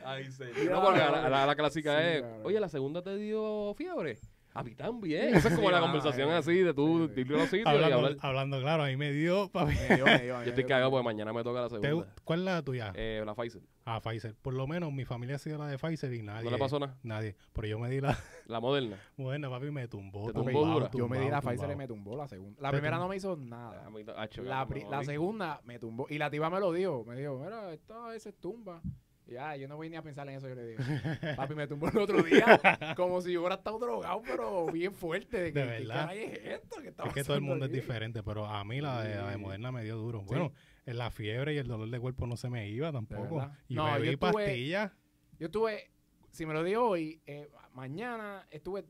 Speaker 1: Ay, señor. No, porque la, la- la clásica
Speaker 2: Sí,
Speaker 1: es,
Speaker 2: claro.
Speaker 1: oye, la segunda te dio fiebre. A mí también. Esa es como la
Speaker 2: ay,
Speaker 1: conversación así de tú
Speaker 2: sí, sí.
Speaker 1: irte a los sitios y
Speaker 3: hablando,
Speaker 1: hablar.
Speaker 3: hablando claro, ahí me dio. papi.
Speaker 2: Me dio, me dio, me
Speaker 1: Yo estoy
Speaker 2: dio.
Speaker 1: cagado porque mañana me toca la
Speaker 3: ¿Te-
Speaker 1: segunda.
Speaker 3: ¿Cuál es la tuya?
Speaker 1: Eh, la Pfizer.
Speaker 3: Ah, Pfizer. Por lo menos mi familia ha sido la de Pfizer y nadie.
Speaker 1: ¿No le pasó nada?
Speaker 3: Nadie. Pero yo me di la.
Speaker 1: La Moderna.
Speaker 3: Bueno, papi, me tumbó.
Speaker 1: Te
Speaker 3: tumbado,
Speaker 1: tumbó dura.
Speaker 2: Yo me di la
Speaker 3: tumbado,
Speaker 2: Pfizer y me
Speaker 3: tumbado.
Speaker 2: tumbó la segunda. La
Speaker 3: Te
Speaker 2: primera
Speaker 3: tumbó.
Speaker 2: no me hizo nada.
Speaker 1: A mí- ah, chico,
Speaker 2: La,
Speaker 1: me
Speaker 2: pri-
Speaker 1: morí.
Speaker 2: la segunda me tumbó. Y la tipa me lo dijo. Me dijo, mira, esta a veces tumba. Y ya, yo no voy ni a pensar en eso. Yo le digo, papi, me tumbó el otro día. Como si yo hubiera estado drogado, pero bien fuerte. De, que, ¿qué
Speaker 3: verdad.
Speaker 2: caray es esto? ¿Qué está
Speaker 3: Es que todo el
Speaker 2: pasando
Speaker 3: mundo es
Speaker 2: aquí?
Speaker 3: diferente, pero a mí la de, la de
Speaker 2: Sí.
Speaker 3: Moderna me dio duro. Bueno, eh, la fiebre y el dolor de cuerpo no se me iba tampoco.
Speaker 2: verdad?
Speaker 3: Y
Speaker 2: No,
Speaker 3: me
Speaker 2: yo tuve-
Speaker 3: di pastillas.
Speaker 2: Yo estuve, si me lo dio hoy, eh, mañana estuve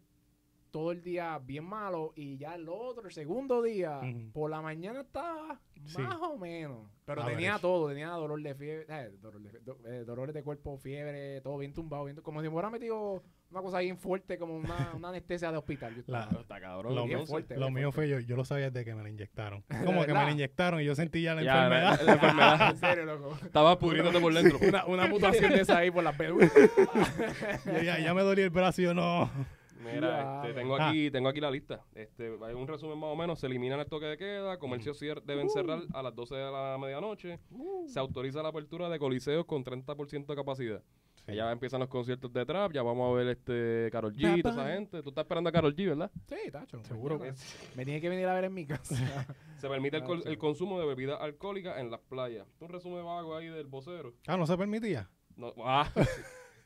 Speaker 2: todo el día bien malo y ya el otro, el segundo día,
Speaker 3: Ujú.
Speaker 2: por la mañana estaba
Speaker 3: Sí.
Speaker 2: más o menos. Pero
Speaker 3: Average.
Speaker 2: tenía todo, tenía dolor de fiebre, eh, dolor de fie- do- eh, dolores de cuerpo, fiebre, todo bien tumbado, bien tu- como si me hubiera metido una cosa bien fuerte, como una, una anestesia de hospital. Yo
Speaker 3: La-
Speaker 2: estaba
Speaker 1: Está cabrón.
Speaker 3: Lo
Speaker 1: entonces.
Speaker 2: bien fuerte.
Speaker 3: Lo
Speaker 2: bien
Speaker 3: mío
Speaker 2: fuerte.
Speaker 3: fue yo, yo lo sabía desde que me la inyectaron. Como que me
Speaker 2: verdad?
Speaker 3: la inyectaron y yo sentía la
Speaker 1: Ya,
Speaker 3: enfermedad.
Speaker 1: la- la enfermedad.
Speaker 2: en serio, loco.
Speaker 1: Estaba pudriéndote por dentro.
Speaker 2: Una, una mutación de esa ahí por las pelucas.
Speaker 3: Yo, ya, ya me dolía el brazo y yo no.
Speaker 1: Mira,
Speaker 2: Ya.
Speaker 1: este, tengo
Speaker 2: Ah.
Speaker 1: aquí, tengo aquí la lista. Este, hay un resumen más o menos. Se elimina el toque de queda, comercios cier- deben cerrar a las 12 de la medianoche.
Speaker 2: Uh.
Speaker 1: Se autoriza la apertura de coliseos con 30% de capacidad. Ya empiezan los conciertos de trap, ya vamos a ver este Carol G, toda esa gente. Tú estás esperando a Carol G, ¿verdad?
Speaker 2: Sí, tacho.
Speaker 3: Seguro.
Speaker 2: mañana. Me tiene que venir a ver en mi casa.
Speaker 1: Se permite el, col-
Speaker 2: Tacho.
Speaker 1: el consumo de bebidas alcohólicas en las playas. Un resumen vago ahí del vocero.
Speaker 3: Ah, no se permitía.
Speaker 1: No, ah,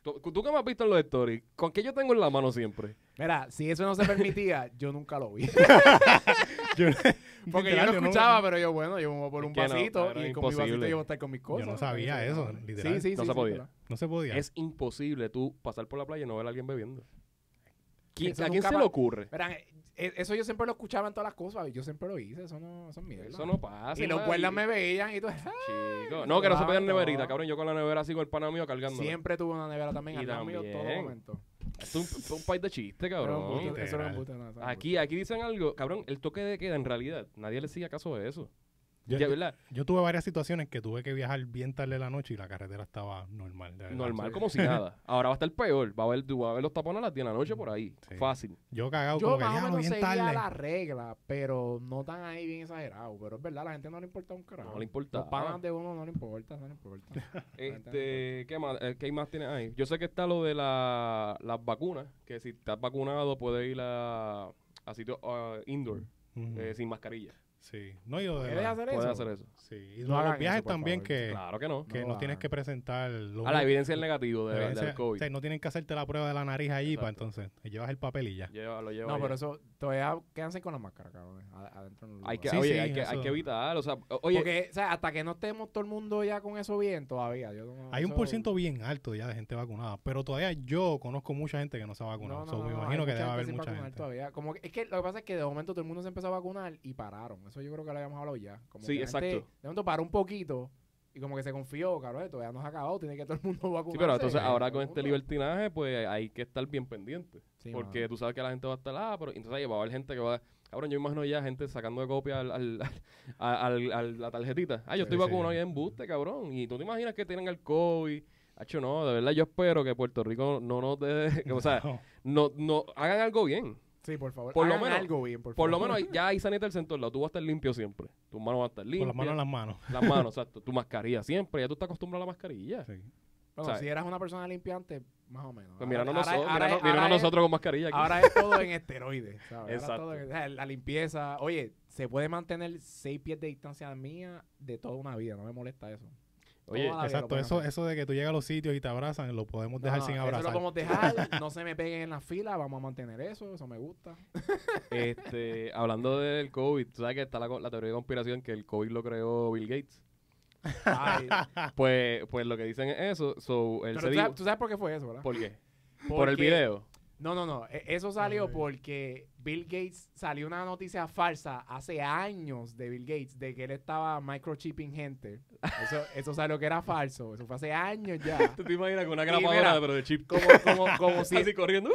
Speaker 1: ¿Tú, tú que me has visto en los stories, ¿con qué yo tengo en la mano siempre?
Speaker 2: Mira, si eso no se permitía, yo nunca lo vi.
Speaker 3: Yo-
Speaker 2: Porque yo
Speaker 3: literal,
Speaker 2: lo
Speaker 3: yo no-
Speaker 2: escuchaba, pero yo, bueno, yo me voy por
Speaker 1: Es
Speaker 2: un
Speaker 1: que no,
Speaker 2: vasito
Speaker 1: claro,
Speaker 2: y
Speaker 1: es
Speaker 2: con mi vasito
Speaker 1: imposible.
Speaker 2: yo voy a estar con mis cosas.
Speaker 3: no sabía
Speaker 2: Porque
Speaker 3: eso,
Speaker 2: no-
Speaker 3: literal.
Speaker 2: Sí,
Speaker 1: No
Speaker 2: sí, sí,
Speaker 1: se
Speaker 2: sí,
Speaker 1: podía.
Speaker 2: claro.
Speaker 3: No se podía.
Speaker 1: Es imposible tú pasar por la playa y no ver a alguien bebiendo. ¿Qui-
Speaker 2: Eso
Speaker 1: ¿A quién
Speaker 2: nunca
Speaker 1: se
Speaker 2: pa-
Speaker 1: le ocurre?
Speaker 2: Verán, eh, eh, eso yo siempre lo escuchaba en todas las cosas. Yo siempre lo hice, eso no son mierda.
Speaker 1: Eso no pasa.
Speaker 2: y los
Speaker 1: nadie.
Speaker 2: cuerdas me veían y todo.
Speaker 1: Chico. No, que no se pegan
Speaker 2: Claro.
Speaker 1: neverita, cabrón. Yo con la nevera así con el pana mío cargando.
Speaker 2: Siempre tuve una nevera también
Speaker 1: Y
Speaker 2: al lado mío todo
Speaker 1: también,
Speaker 2: momento.
Speaker 1: Esto es un, esto es un país de chiste,
Speaker 2: Era un
Speaker 1: cabrón.
Speaker 2: embuste, Eso era un
Speaker 3: Literal.
Speaker 2: embuste, no, eso era un
Speaker 1: Aquí, aquí dicen algo, cabrón, el toque de queda en realidad, nadie le sigue caso de eso.
Speaker 3: Yo,
Speaker 1: Ya, ¿verdad?
Speaker 3: yo tuve varias situaciones que tuve que viajar bien tarde en la noche y la carretera estaba normal. de verdad.
Speaker 1: Normal, como si nada. Ahora va a estar peor, va a haber, va a haber los tapones a las 10 de la noche por ahí.
Speaker 3: Sí.
Speaker 1: Fácil.
Speaker 3: Yo cagado
Speaker 2: Yo
Speaker 3: como que
Speaker 2: más o
Speaker 3: "Diablo,
Speaker 2: menos
Speaker 3: bien
Speaker 2: seguía
Speaker 3: tarde.
Speaker 2: la regla, pero no tan ahí bien exagerado. Pero es verdad, la gente no le importa un carajo.
Speaker 1: No le
Speaker 2: Los panas
Speaker 1: importa.
Speaker 2: de uno no le importa, no le importa.
Speaker 1: Este, ¿qué más, Eh, ¿qué más tienes ahí? Yo sé que está lo de la- las vacunas, que si estás vacunado puedes ir a, a sitios ah, indoor,
Speaker 3: Ujú.
Speaker 1: eh, sin mascarilla.
Speaker 3: Sí. No, yo de
Speaker 2: ¿Quieres
Speaker 3: la-
Speaker 2: hacer
Speaker 1: Puedes
Speaker 2: eso?
Speaker 1: hacer eso.
Speaker 3: Sí. Y
Speaker 2: No
Speaker 3: lo de
Speaker 2: hagan
Speaker 3: los
Speaker 2: eso,
Speaker 3: viajes
Speaker 2: por
Speaker 3: también
Speaker 2: favor.
Speaker 3: que,
Speaker 1: Claro que no.
Speaker 3: que
Speaker 2: No
Speaker 3: no,
Speaker 2: lo
Speaker 3: tienes
Speaker 2: hagan.
Speaker 3: que presentar lo
Speaker 1: A
Speaker 2: Ah,
Speaker 1: la
Speaker 3: único-
Speaker 1: evidencia del negativo de,
Speaker 3: la
Speaker 1: del
Speaker 3: evidencia-
Speaker 1: COVID.
Speaker 3: o sea, no tienen que hacerte la prueba de la nariz allí para
Speaker 1: Exacto.
Speaker 3: entonces. Llevas el papel y ya.
Speaker 1: Llévalo, llévalo.
Speaker 2: No, pero eso, todavía quédense con la máscara, cabrón. Adentro no lo
Speaker 1: Hay que,
Speaker 3: Sí,
Speaker 1: oye,
Speaker 3: sí,
Speaker 1: hay, que, hay
Speaker 3: eso.
Speaker 1: que evitar, o sea, o- oye,
Speaker 2: Porque, o sea, hasta que no estemos todo el mundo ya con eso bien, todavía. Yo no-
Speaker 3: Hay un
Speaker 2: eso-
Speaker 3: por ciento bien alto ya de gente vacunada, pero todavía yo conozco mucha gente que no se ha
Speaker 2: No,
Speaker 3: vacunado.
Speaker 2: no,
Speaker 3: So,
Speaker 2: no,
Speaker 3: me
Speaker 2: no, hay
Speaker 3: imagino que
Speaker 2: mucha
Speaker 3: debe
Speaker 2: gente
Speaker 3: haber
Speaker 2: sin
Speaker 3: mucha
Speaker 2: vacunar
Speaker 3: gente.
Speaker 2: Todavía. Como que- es que lo que pasa es que de momento todo el mundo se empezó a vacunar y pararon. Eso yo creo que lo habíamos hablado ya. Como
Speaker 1: Sí,
Speaker 2: que la gente
Speaker 1: exacto.
Speaker 2: de momento paró un poquito y como que se confió, cabrón, todavía no se ha acabado, tiene que todo el mundo vacunarse.
Speaker 1: sí, pero entonces
Speaker 2: eh,
Speaker 1: ahora
Speaker 2: todo
Speaker 1: con
Speaker 2: el
Speaker 1: este
Speaker 2: mundo.
Speaker 1: libertinaje, pues hay que estar bien pendiente.
Speaker 2: Sí,
Speaker 1: porque
Speaker 2: mano.
Speaker 1: tú sabes que la gente va a estar, ah, pero entonces ahí va a haber gente que va, cabrón, yo imagino ya gente sacando de copia al, al, a- al- al- la tarjetita. Ah, yo estoy
Speaker 3: Sí, sí.
Speaker 1: vacunado ya en buste, cabrón. Y tú te imaginas que tienen el COVID. Hacho, no, de verdad yo espero que Puerto Rico no nos deje, que, o sea,
Speaker 3: No.
Speaker 1: no, no, hagan algo bien.
Speaker 2: Sí, por favor.
Speaker 1: Por lo
Speaker 2: hagan
Speaker 1: menos-
Speaker 2: algo bien, por,
Speaker 1: Por lo
Speaker 2: favor.
Speaker 1: menos hay- ya hay sanita el centro, lado. tú vas a estar limpio siempre. Tus manos van a estar
Speaker 3: Con
Speaker 1: limpias.
Speaker 3: las manos en las manos.
Speaker 1: Las
Speaker 2: Ah,
Speaker 1: manos, exacto. Tu mascarilla siempre. Ya tú estás acostumbrado a la mascarilla.
Speaker 3: Sí.
Speaker 2: Bueno,
Speaker 1: ¿sabes?
Speaker 2: si eras una persona limpiante, más o menos.
Speaker 1: Pues míralo
Speaker 2: Ahora-
Speaker 1: nosotros,
Speaker 2: ahora- ahora
Speaker 1: míralo-
Speaker 2: es-
Speaker 1: míralo
Speaker 2: ahora es-
Speaker 1: nosotros con mascarilla aquí.
Speaker 2: Ahora es todo en esteroides, ¿sabes? Ahora es
Speaker 1: Exacto.
Speaker 2: todo en- o sea, la limpieza. Oye, se puede mantener seis pies de distancia mía de toda una vida. No me molesta eso.
Speaker 1: Oye,
Speaker 2: Toda la vida lo
Speaker 3: Exacto,
Speaker 2: pueden
Speaker 3: eso,
Speaker 2: hacer.
Speaker 3: eso de que tú llegas a los sitios y te abrazan, lo podemos dejar
Speaker 2: No,
Speaker 3: sin
Speaker 2: Ah, Eso
Speaker 3: abrazar.
Speaker 2: lo podemos dejar. no se me peguen en la fila. Vamos a mantener eso. Eso me gusta.
Speaker 1: este, hablando del COVID, tú sabes que está la, co- la teoría de conspiración que el COVID lo creó Bill Gates.
Speaker 2: Ay,
Speaker 1: Pues, pues lo que dicen es eso. So, él se
Speaker 2: pero tú
Speaker 1: dijo-
Speaker 2: sabes, tú sabes por qué fue eso, ¿verdad?
Speaker 1: ¿Por qué? Por
Speaker 2: Porque-
Speaker 1: el video.
Speaker 2: No, no, no. e- Eso salió
Speaker 3: Ay.
Speaker 2: porque Bill Gates salió una noticia falsa hace años de Bill Gates de que él estaba microchipping gente. Eso, eso salió que era falso. Eso fue hace años ya.
Speaker 1: ¿Tú te imaginas con una
Speaker 2: Y mira,
Speaker 1: grabadora, pero de chip?
Speaker 2: Como, como, como si,
Speaker 1: Así corriendo.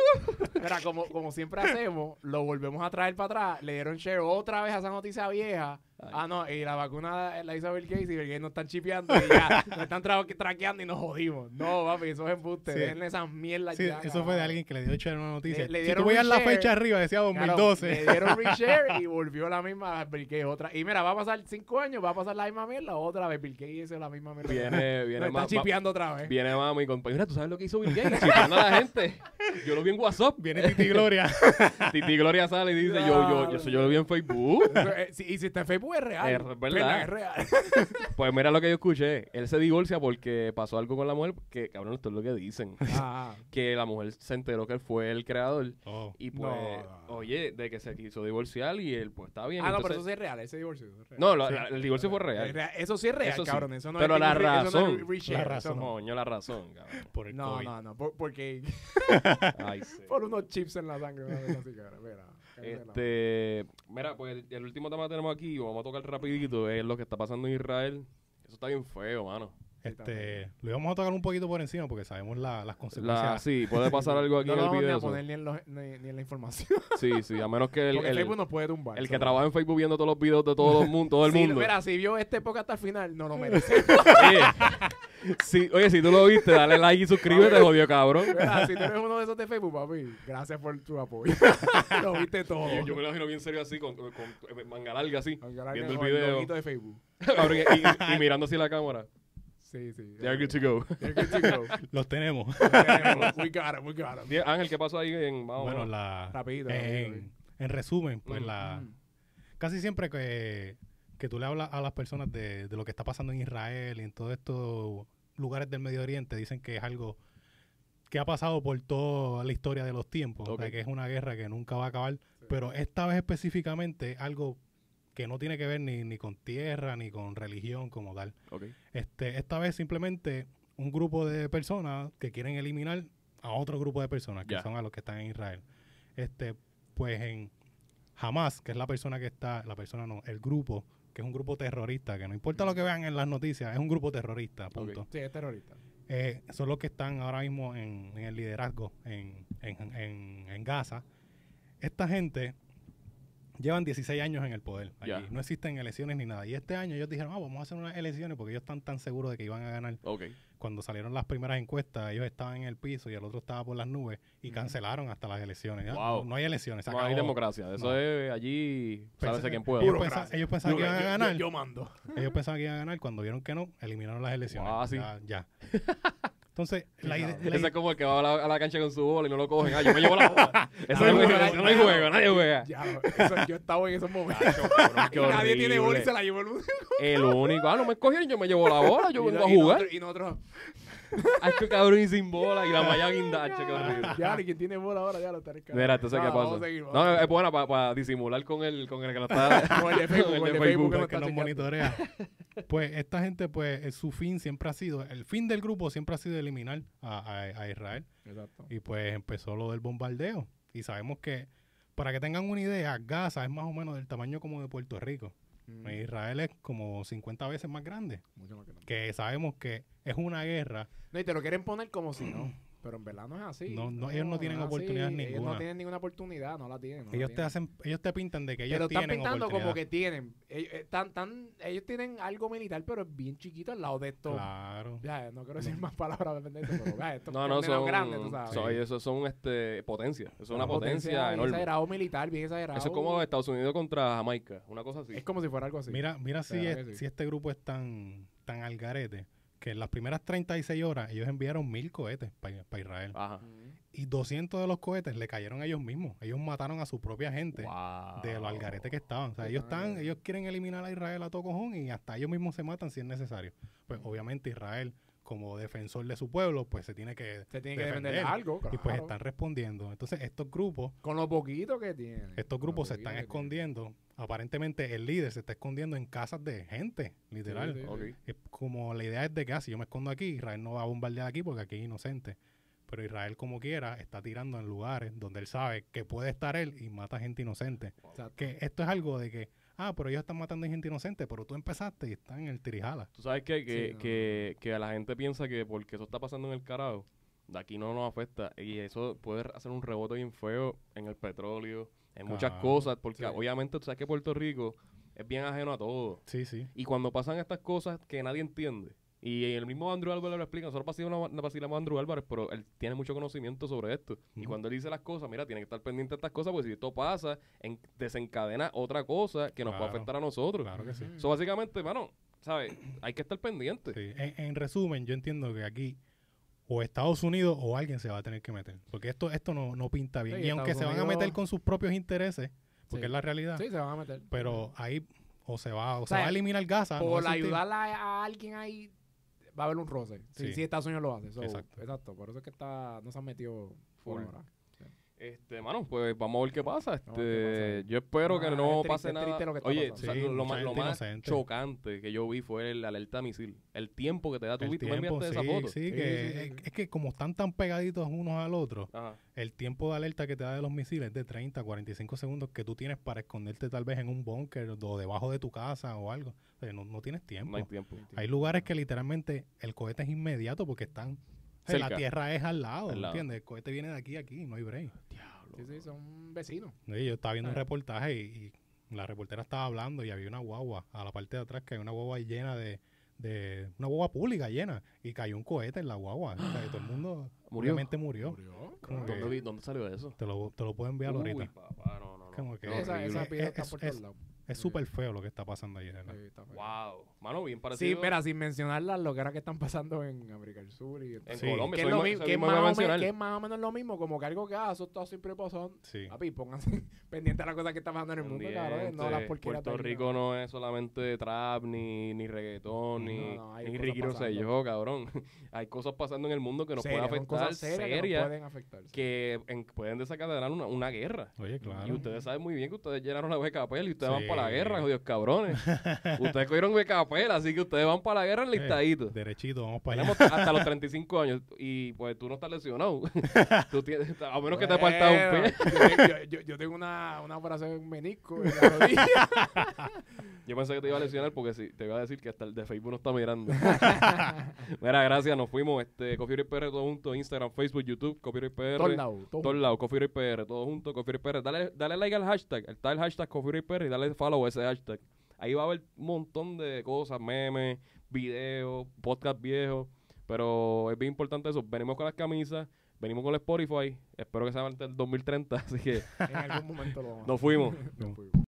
Speaker 2: Mira, como, como siempre hacemos, lo volvemos a traer para atrás. Le dieron share otra vez a esa noticia vieja.
Speaker 1: Ay.
Speaker 2: Ah, no, y la vacuna la hizo Bill Gates y Bill Gates nos están chipeando y ya, nos están tra- traqueando y nos jodimos. No, papi, eso es embuste.
Speaker 3: Sí.
Speaker 2: Denle esas mierdas
Speaker 3: Sí,
Speaker 2: ya,
Speaker 3: eso fue
Speaker 2: cabrón.
Speaker 3: de alguien que le dio share a una noticia.
Speaker 2: Le- le
Speaker 3: si
Speaker 2: dieron un
Speaker 3: tú veías la
Speaker 2: share.
Speaker 3: fecha arriba, decía
Speaker 2: Claro,
Speaker 3: 2012.
Speaker 2: le dieron reshare y volvió la misma Bill Gates otra. Y mira, va a pasar cinco años, va a pasar la misma mierda otra vez. Bill Gates hizo la misma mierda.
Speaker 1: Viene,
Speaker 2: nos
Speaker 1: viene
Speaker 2: están
Speaker 1: más. va-
Speaker 2: chipeando otra vez.
Speaker 1: Viene mami y compañera, ¿tú sabes lo que hizo Bill Gates? Chipeando a la gente. Yo lo vi en WhatsApp.
Speaker 3: Viene Titi Gloria.
Speaker 1: Titi Gloria sale y dice, yo, yo, yo, eso yo lo vi en Facebook.
Speaker 2: Eso, eh, si- y si está en Facebook es real.
Speaker 1: Es verdad.
Speaker 2: Perdón, es real.
Speaker 1: Pues mira lo que yo escuché. Él se divorcia porque pasó algo con la mujer que, cabrón, esto es lo que dicen.
Speaker 2: Ah,
Speaker 1: Que la mujer se enteró que él fue el creador.
Speaker 3: Oh.
Speaker 1: Y pues,
Speaker 2: No, no.
Speaker 1: oye, de que se quiso divorciar y él, pues, está bien.
Speaker 2: Ah, no, pero
Speaker 1: entonces-
Speaker 2: eso sí es real, ese divorcio. eso es real.
Speaker 1: No, la- la- el divorcio fue real.
Speaker 2: Es real, Eso sí es real,
Speaker 1: Eso sí.
Speaker 2: cabrón. Eso no
Speaker 1: Pero
Speaker 2: es
Speaker 1: la
Speaker 2: ningún re- eso no es
Speaker 1: razón.
Speaker 2: reshare,
Speaker 3: La
Speaker 2: eso
Speaker 3: razón.
Speaker 2: no.
Speaker 1: Coño, la razón, cabrón.
Speaker 3: Por el
Speaker 2: No,
Speaker 3: COVID.
Speaker 2: no, no, por- porque
Speaker 1: Ay, sí.
Speaker 2: por unos chips en la sangre. una cosa así, cabrón, mira, cancela.
Speaker 1: Este, mira, pues el último tema que tenemos aquí, lo vamos a tocar rapidito, es lo que está pasando en Israel. Eso está bien feo, mano.
Speaker 3: Este, lo íbamos a tocar un poquito por encima porque sabemos la- las consecuencias.
Speaker 1: La, sí, puede pasar algo aquí
Speaker 2: No
Speaker 1: en
Speaker 2: lo
Speaker 1: el
Speaker 2: vamos ni
Speaker 1: video.
Speaker 2: a
Speaker 1: eso.
Speaker 2: poner ni en, los- ni- ni en la información.
Speaker 1: Sí, sí, a menos que el,
Speaker 2: porque
Speaker 1: el-
Speaker 2: Facebook nos puede tumbar.
Speaker 1: el que
Speaker 2: eso.
Speaker 1: trabaja en Facebook viendo todos los videos de todo el mundo. Todo el
Speaker 2: Sí,
Speaker 1: mundo.
Speaker 2: Mira, si vio este podcast hasta el final, no lo merece.
Speaker 1: Oye, si, oye, si tú lo viste, dale like y suscríbete, jodido cabrón.
Speaker 2: Mira, si tú eres uno de esos de Facebook, papi, gracias por tu apoyo. lo viste todo.
Speaker 1: Yo, yo me lo imagino bien serio así, con, con, con manga larga así,
Speaker 2: Aunque ahora
Speaker 1: viendo el
Speaker 2: con
Speaker 1: video.
Speaker 2: loguito de Facebook.
Speaker 1: Cabrón, y, y- y mirando así la cámara.
Speaker 2: Sí, sí.
Speaker 1: They're good to go.
Speaker 2: They're good to go.
Speaker 3: Los tenemos.
Speaker 2: We got it, we got it.
Speaker 1: Die- Ángel, ¿qué pasó ahí en más o
Speaker 3: bueno,
Speaker 1: menos?
Speaker 3: la,
Speaker 2: Rapidito, rapidito.
Speaker 3: en, en resumen, pues
Speaker 1: Mm.
Speaker 3: la casi siempre que, que tú le hablas a las personas de, de lo que está pasando en Israel y en todos estos lugares del Medio Oriente, dicen que es algo que ha pasado por toda la historia de los tiempos, o sea,
Speaker 1: Ok.
Speaker 3: que es una guerra que nunca va a acabar, pero esta vez específicamente algo que no tiene que ver ni, ni con tierra ni con religión como tal.
Speaker 1: Ok.
Speaker 3: Este, esta vez simplemente un grupo de personas que quieren eliminar a otro grupo de personas, que
Speaker 1: Ya.
Speaker 3: son a los que están en Israel. Este, pues en Hamas, que es la persona que está, la persona no, el grupo, que es un grupo terrorista, que no importa lo que vean en las noticias, es un grupo terrorista, punto.
Speaker 2: Sí, es terrorista.
Speaker 3: Eh, son los que están ahora mismo en, en el liderazgo en, en- en- en Gaza. Esta gente llevan 16 años en el poder. allí.
Speaker 1: Ya.
Speaker 3: No existen elecciones ni nada. Y este año ellos dijeron, ah, vamos a hacer unas elecciones porque ellos están tan seguros de que iban a ganar.
Speaker 1: Ok.
Speaker 3: Cuando salieron las primeras encuestas, ellos estaban en el piso y el otro estaba por las nubes y cancelaron hasta las elecciones. Ya,
Speaker 1: Wow.
Speaker 3: no, no hay elecciones. se
Speaker 1: No hay
Speaker 3: acabó.
Speaker 1: democracia. Eso
Speaker 3: No.
Speaker 1: es allí,
Speaker 3: Pensa-
Speaker 1: sálvese quien
Speaker 3: Ellos,
Speaker 1: pueda.
Speaker 2: Pues Puro
Speaker 3: pensa-
Speaker 2: gracia.
Speaker 3: ellos pensaban que
Speaker 2: Yo-
Speaker 3: iban a
Speaker 2: yo-
Speaker 3: ganar.
Speaker 2: Yo, yo mando.
Speaker 3: Ellos pensaban que iban a ganar. Cuando vieron que no, eliminaron las elecciones.
Speaker 1: Ah, sí.
Speaker 3: Ya. ya. Entonces,
Speaker 2: Qué
Speaker 3: la, ide-
Speaker 2: cabrón.
Speaker 3: la
Speaker 1: Ese
Speaker 3: ide-
Speaker 1: es como el que va a la, a la cancha con su bola y no lo cogen. Ah, yo me llevo la bola. Ese
Speaker 2: Nadie
Speaker 1: no, hay
Speaker 2: juega,
Speaker 1: juego, no hay
Speaker 2: nadie
Speaker 1: juego, nadie juega.
Speaker 2: Ya, eso, yo estaba en esos momentos.
Speaker 1: Cabrón, qué
Speaker 2: Y nadie tiene bola y
Speaker 1: horrible.
Speaker 2: se la llevó el mundo.
Speaker 1: El único. Ah, no me escogieron, yo me llevo la bola, yo vengo a jugar.
Speaker 2: Y nosotros,
Speaker 1: Ah, este cabrón y sin bola y la malla guindache, qué horrible.
Speaker 2: ya, ni quien tiene bola ahora, ya lo está rescatando.
Speaker 1: Mira, entonces, ¿qué
Speaker 2: Nada,
Speaker 1: pasa?
Speaker 2: Vamos a seguir, vamos a
Speaker 1: No, eh,
Speaker 2: seguir.
Speaker 1: es buena para disimular con el, con el que lo está...
Speaker 2: Con el de Facebook, con el de Facebook.
Speaker 3: Porque
Speaker 2: que no
Speaker 3: nos
Speaker 2: está
Speaker 3: monitorea. Pues esta gente, pues eh, su fin siempre ha sido, el fin del grupo siempre ha sido eliminar a, a- a Israel.
Speaker 2: Exacto.
Speaker 3: Y pues empezó lo del bombardeo. Y sabemos que, para que tengan una idea, Gaza es más o menos del tamaño como de Puerto Rico.
Speaker 2: Mm,
Speaker 3: Israel es como 50 veces más grande.
Speaker 2: mucho más que no.
Speaker 3: Que sabemos que es una guerra.
Speaker 2: No, y te lo quieren poner como si no. Pero en verdad no es así.
Speaker 3: No, no, ellos no tienen
Speaker 2: es así.
Speaker 3: oportunidad
Speaker 2: Ellos no
Speaker 3: ninguna.
Speaker 2: tienen ninguna oportunidad, no la tienen. no la
Speaker 3: ellos te
Speaker 2: tienen.
Speaker 3: hacen, ellos te pintan de que ellos
Speaker 2: pero están
Speaker 3: tienen
Speaker 2: pintando como
Speaker 3: oportunidad.
Speaker 2: que tienen. Ellos, eh, están, están- ellos tienen algo militar, pero es bien chiquito al lado de esto.
Speaker 3: Claro.
Speaker 2: Ya, no quiero decir más palabras de esto, pero ya, esto
Speaker 1: No, no, son...
Speaker 2: grandes, tú sabes.
Speaker 1: son- oye, eso son este, potencia. Eso es una
Speaker 3: Una
Speaker 1: potencia,
Speaker 2: bien
Speaker 1: enorme.
Speaker 2: exagerado militar, bien exagerado.
Speaker 1: Eso es como este, Estados Unidos contra Jamaica. Una cosa así.
Speaker 2: Es como si fuera algo así.
Speaker 3: Mira, mira si,
Speaker 2: Claro
Speaker 3: es-
Speaker 2: que sí.
Speaker 3: si este grupo es tan, tan al garete que en las primeras 36 horas ellos enviaron mil cohetes para Israel.
Speaker 2: Ah.
Speaker 1: Ajá.
Speaker 3: Y 200 de los cohetes le cayeron a ellos mismos. Ellos mataron a su propia gente
Speaker 1: Wow.
Speaker 3: de los algaretes que estaban. O sea, ellos
Speaker 2: Ah.
Speaker 3: están, ellos quieren eliminar a Israel a todo cojón y hasta ellos mismos se matan si es necesario.
Speaker 2: Mm.
Speaker 3: Pues obviamente Israel, como defensor de su pueblo, pues se tiene que
Speaker 2: Se tiene que depender de algo, claro.
Speaker 3: y pues están respondiendo. Entonces, estos grupos,
Speaker 2: Con lo poquito que tienen. con
Speaker 3: estos
Speaker 2: lo
Speaker 3: grupos se
Speaker 2: poquito
Speaker 3: están
Speaker 2: que tienen.
Speaker 3: escondiendo. Aparentemente el líder se está escondiendo en casas de gente, literal.
Speaker 2: Sí, sí, sí.
Speaker 1: Ok.
Speaker 3: Es como la idea es de que ah, si yo me escondo aquí, Israel no va a bombardear aquí porque aquí es inocente. Pero Israel, como quiera, está tirando en lugares donde él sabe que puede estar él y mata gente inocente.
Speaker 2: Exacto.
Speaker 3: Que esto es algo de que, ah, pero ellos están matando gente inocente, pero tú empezaste y están en el tirijala.
Speaker 1: Tú sabes que, que,
Speaker 2: Sí, no.
Speaker 1: que, que la gente piensa que porque eso está pasando en el carajo, de aquí no nos afecta. Y eso puede hacer un rebote bien feo en el petróleo, en muchas
Speaker 3: Claro,
Speaker 1: cosas, porque
Speaker 2: sí.
Speaker 1: obviamente tú sabes que Puerto Rico es bien ajeno a todo.
Speaker 3: Sí, sí.
Speaker 1: Y cuando pasan estas cosas que nadie entiende, y el mismo Andrew Álvarez lo explica, nosotros vacilamos no vacilamos a Andrew Álvarez, pero él tiene mucho conocimiento sobre esto. Y
Speaker 3: Ujú.
Speaker 1: cuando él dice las cosas, mira, tiene que estar pendiente de estas cosas, porque si esto pasa, en- desencadena otra cosa que nos puede
Speaker 3: Claro.
Speaker 1: afectar a nosotros.
Speaker 3: Claro que sí.
Speaker 2: Ujú.
Speaker 1: So, básicamente, mano, ¿sabes? Hay que estar pendiente.
Speaker 3: Sí, En, en resumen, yo entiendo que aquí o Estados Unidos o alguien se va a tener que meter. Porque esto, esto no, no pinta bien.
Speaker 2: Sí,
Speaker 3: y aunque
Speaker 2: Estados
Speaker 3: se van a meter
Speaker 2: Unidos-
Speaker 3: con sus propios intereses, porque
Speaker 2: Sí.
Speaker 3: es la realidad,
Speaker 2: Sí, se van a meter.
Speaker 3: pero ahí o se va, o se
Speaker 2: sea,
Speaker 3: va a eliminar Gaza. no va a
Speaker 2: Por
Speaker 3: existir.
Speaker 2: ayudarle a, a alguien ahí, va a haber un roce. Sí,
Speaker 3: Sí.
Speaker 2: sí, Estados Unidos lo hace. so,
Speaker 3: Exacto.
Speaker 2: exacto. Por eso es que está, no se han metido por
Speaker 1: Full.
Speaker 2: ahora.
Speaker 1: Este, mano, pues vamos a ver qué pasa. Este,
Speaker 2: Vamos a ver qué pasa.
Speaker 1: Yo espero
Speaker 2: Ah,
Speaker 1: que
Speaker 2: es
Speaker 1: no
Speaker 2: triste,
Speaker 1: pase
Speaker 2: es
Speaker 1: nada.
Speaker 2: triste lo que está
Speaker 1: Oye,
Speaker 2: pasando.
Speaker 1: o sea,
Speaker 3: Sí,
Speaker 1: lo- lo,
Speaker 3: mucha
Speaker 1: más, lo
Speaker 3: gente
Speaker 1: más
Speaker 3: inocente.
Speaker 1: chocante que yo vi fue el alerta misil. El tiempo que te da tu
Speaker 3: El
Speaker 1: vi- Tú me
Speaker 3: tiempo,
Speaker 1: enviaste esa
Speaker 3: sí,
Speaker 1: foto.
Speaker 3: sí,
Speaker 2: Sí,
Speaker 3: que
Speaker 2: sí, sí,
Speaker 3: es-
Speaker 2: sí.
Speaker 3: Es que como están tan pegaditos unos al otro,
Speaker 1: Ajá.
Speaker 3: el tiempo de alerta que te da de los misiles es de 30, 45 segundos que tú tienes para esconderte tal vez en un búnker o debajo de tu casa o algo. O sea, no, no tienes tiempo.
Speaker 1: No hay tiempo.
Speaker 3: Hay lugares que literalmente el cohete es inmediato porque están... o sea,
Speaker 1: Cerca.
Speaker 3: La tierra es al lado,
Speaker 1: Al lado.
Speaker 3: ¿entiendes? El cohete viene de aquí a aquí, no hay break.
Speaker 2: Sí, sí, son vecinos.
Speaker 3: Sí, yo estaba viendo un
Speaker 2: Ah.
Speaker 3: reportaje y, y la reportera estaba hablando y había una guagua a la parte de atrás que había una guagua llena de, de una guagua pública llena y cayó un cohete en la guagua. O sea, que todo el mundo
Speaker 1: Murió.
Speaker 3: obviamente murió.
Speaker 2: Murió.
Speaker 3: Como que-
Speaker 1: ¿Dónde, vi- dónde salió eso?
Speaker 3: Te lo, te lo puedo enviar
Speaker 1: Uy,
Speaker 3: ahorita.
Speaker 1: papá, no, no, no.
Speaker 3: Como que-
Speaker 1: Qué
Speaker 2: Esa,
Speaker 1: horrible.
Speaker 2: esa
Speaker 3: horrible.
Speaker 2: pila está
Speaker 3: Es-
Speaker 2: por
Speaker 3: es-
Speaker 2: todos lados.
Speaker 3: Es súper feo lo que está pasando ahí. ¿verdad?
Speaker 1: Eh,
Speaker 2: Sí, está pues. feo.
Speaker 1: Wow. Mano, bien
Speaker 2: Sí,
Speaker 1: parecido.
Speaker 2: pero sin mencionar las loqueras que están pasando en América del Sur y en
Speaker 1: En
Speaker 3: Sí.
Speaker 1: Colombia.
Speaker 2: que,
Speaker 1: eso
Speaker 2: es
Speaker 1: mismo-
Speaker 2: lo mismo,
Speaker 1: eso
Speaker 2: que, es
Speaker 1: mismo
Speaker 2: más
Speaker 1: iba a
Speaker 2: o menos,
Speaker 1: mencionar.
Speaker 2: que es más o menos lo mismo, como que algo que ah, eso está siempre pasando.
Speaker 3: Sí.
Speaker 1: ah,
Speaker 2: Papi, pónganse pendiente a las cosas que está pasando en el mundo, cabrón. No las
Speaker 1: Pendiente.
Speaker 2: porqueras.
Speaker 1: este, Puerto
Speaker 2: de-
Speaker 1: Rico no es solamente trap, ni, ni reggaetón,
Speaker 3: No,
Speaker 1: ni,
Speaker 2: no, hay
Speaker 1: ni
Speaker 2: cosas
Speaker 1: Ricky
Speaker 2: pasando.
Speaker 1: Rosselló, cabrón. hay cosas pasando en el mundo que nos
Speaker 2: Serias, son
Speaker 1: pueden afectar,
Speaker 2: cosas serias que nos
Speaker 1: serias,
Speaker 2: pueden afectar. sí.
Speaker 1: que en- pueden desencadenar una, una guerra.
Speaker 3: Oye,
Speaker 1: Y
Speaker 3: claro.
Speaker 1: ustedes saben muy bien que ustedes llenaron la BKPL y ustedes van
Speaker 3: Sí.
Speaker 1: para la guerra, jodidos cabrones. ustedes cogieron BKPL, así que ustedes van para la guerra
Speaker 3: Eh,
Speaker 1: enlistaditos.
Speaker 3: Derechito, vamos para allá.
Speaker 1: Tenemos hasta los 35 años y pues tú no estás lesionado. Tú tienes- a menos que te apartas un pie.
Speaker 2: Bueno, yo- yo, yo tengo una, una operación en menisco en la rodilla.
Speaker 1: Yo pensé que te iba a lesionar porque sí, te iba a decir que hasta el de Facebook no está mirando. Mira, gracias, nos fuimos. Este, Coffee Break PR todo junto, Instagram, Facebook, YouTube, Coffee Break PR.
Speaker 2: Todos lados, todos
Speaker 1: Todos lados, Coffee Break PR, todo junto, Coffee Break PR. Dale, dale like al hashtag, está el hashtag Coffee Break PR y dale follow a ese hashtag. Ahí va a haber un montón de cosas, memes, videos, podcast viejos. Pero es bien importante eso. Venimos con las camisas, venimos con el Spotify. Espero que sea antes del 2030, así que
Speaker 2: En algún momento lo vamos a
Speaker 1: nos fuimos.
Speaker 2: hacer. Nos fuimos.